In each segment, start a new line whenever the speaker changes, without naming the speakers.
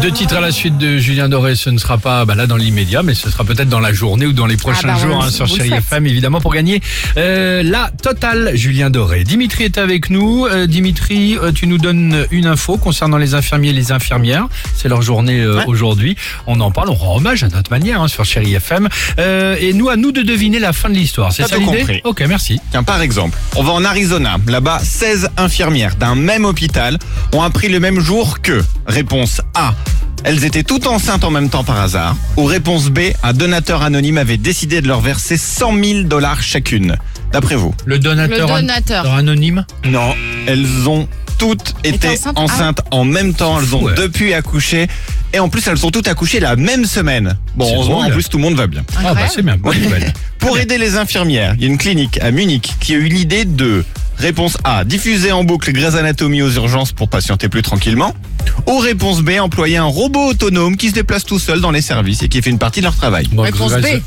Deux titres à la suite de Julien Doré, ce ne sera pas bah, là dans l'immédiat, mais ce sera peut-être dans la journée ou dans les prochains
bah, on-
jours hein,
on
sur
le
Chéri
souhaite.
FM, évidemment, pour gagner euh, la totale Julien Doré. Dimitri est avec nous. Euh, Dimitri, euh, tu nous donnes une info concernant les infirmiers et les infirmières. C'est leur journée euh, aujourd'hui. On en parle, on rend hommage à notre manière hein, sur Chéri FM. Euh, et nous, à nous de deviner la fin de l'histoire. C'est
T'as
ça
tout
l'idée
compris.
Ok, merci.
Tiens, par exemple, on va en Arizona. Là-bas, 16 infirmières d'un même hôpital ont appris le même jour que, réponse A, elles étaient toutes enceintes en même temps par hasard, ou réponse B, un donateur anonyme avait décidé de leur verser 100 000 dollars chacune. D'après vous
Le
Le
donateur, an-
donateur.
anonyme Ah,
Non. Elles ont toutes été
enceintes
enceintes, en même temps, elles
fou,
ont
ouais.
depuis accouché, et en plus elles sont toutes accouchées la même semaine. Bon,
C'est
heureusement, en
drôle.
plus tout le monde va bien.
Ah bah
Incroyable.
c'est bien, bonne nouvelle.
Pour aider les infirmières, il y a une clinique à Munich qui a eu l'idée de réponse A, diffuser en boucle Grey's Anatomy aux urgences pour patienter plus tranquillement, ou réponse B, employer un robot autonome qui se déplace tout seul dans les services et qui fait une partie de leur travail.
Bon,
Réponse
Grey's-
B.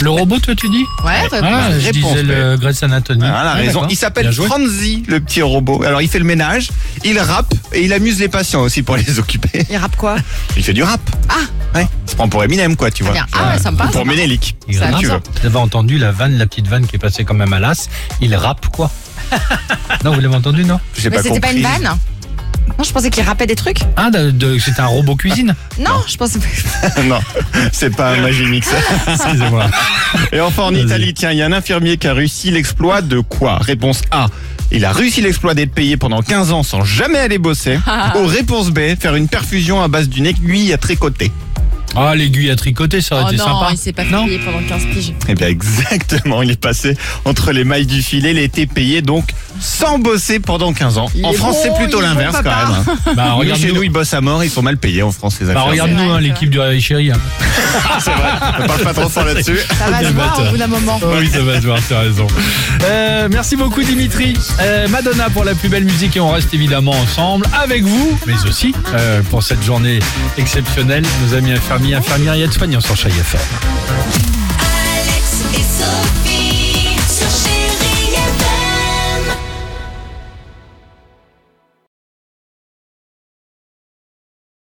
Le robot, toi, tu dis
Ouais, euh, réponse-
Ah, je
réponse
disais
B.
le Grey's Anatomy.
Voilà Hein, la
Ah,
raison.
d'accord.
Il s'appelle
Bien joué.
Franzi, le petit robot. Alors il fait le ménage, il rappe et il amuse les patients aussi pour les occuper.
Il rappe quoi
Il fait du rap. Ah Ouais, il se prend pour Eminem quoi, tu vois.
bien. Ah ouais, ça me parle,
Ou Pour
ça me parle.
Ménélique.
Il
Ça
rappe.
a
tu
bien.
veux.
Vous avez entendu la vanne, la petite vanne qui est passée quand même à l'as. Il rappe quoi Non, vous l'avez entendu, non
J'ai
Mais
pas
c'était pas
compris.
une vanne Non, je pensais qu'il rappait des trucs.
Ah, de- de- c'est un robot cuisine
Non, je pensais.
non, c'est pas un Magic Mix.
Excusez-moi.
Et enfin en
Vas-y.
Italie, tiens, il y a un infirmier qui a réussi l'exploit de quoi Réponse A. Il a réussi l'exploit d'être payé pendant 15 ans sans jamais aller bosser.
Ah.
Ou réponse B, faire une perfusion à base d'une aiguille à tricoter.
Ah, l'aiguille à tricoter, ça aurait
oh
été
non,
sympa.
il s'est pas
Non
payé pendant 15 piges.
Eh bien exactement, il est passé entre les mailles du filet, il a été payé donc sans bosser pendant 15 ans.
Il
en
est
France,
bon,
c'est plutôt
il est
l'inverse
bon,
quand
papa.
même. hein.
Bah,
Mais chez nous,
regarde-nous,
ils bossent à mort, ils sont mal payés en France, les
bah,
infirmiers.
regarde-nous,
C'est vrai,
hein,
c'est
l'équipe du Réveil Chéri. hein.
Ne parle pas trop fort là-dessus.
Ça va
Bien
se voir
bête.
au bout d'un moment.
Oh oui, ça va se voir, t'as raison. Euh, merci beaucoup, Dimitri. Euh, Madonna pour la plus belle musique et on reste évidemment ensemble avec vous, mais aussi euh, pour cette journée exceptionnelle, nos amis infirmiers, infirmières et aides-soignants sur Chai FM.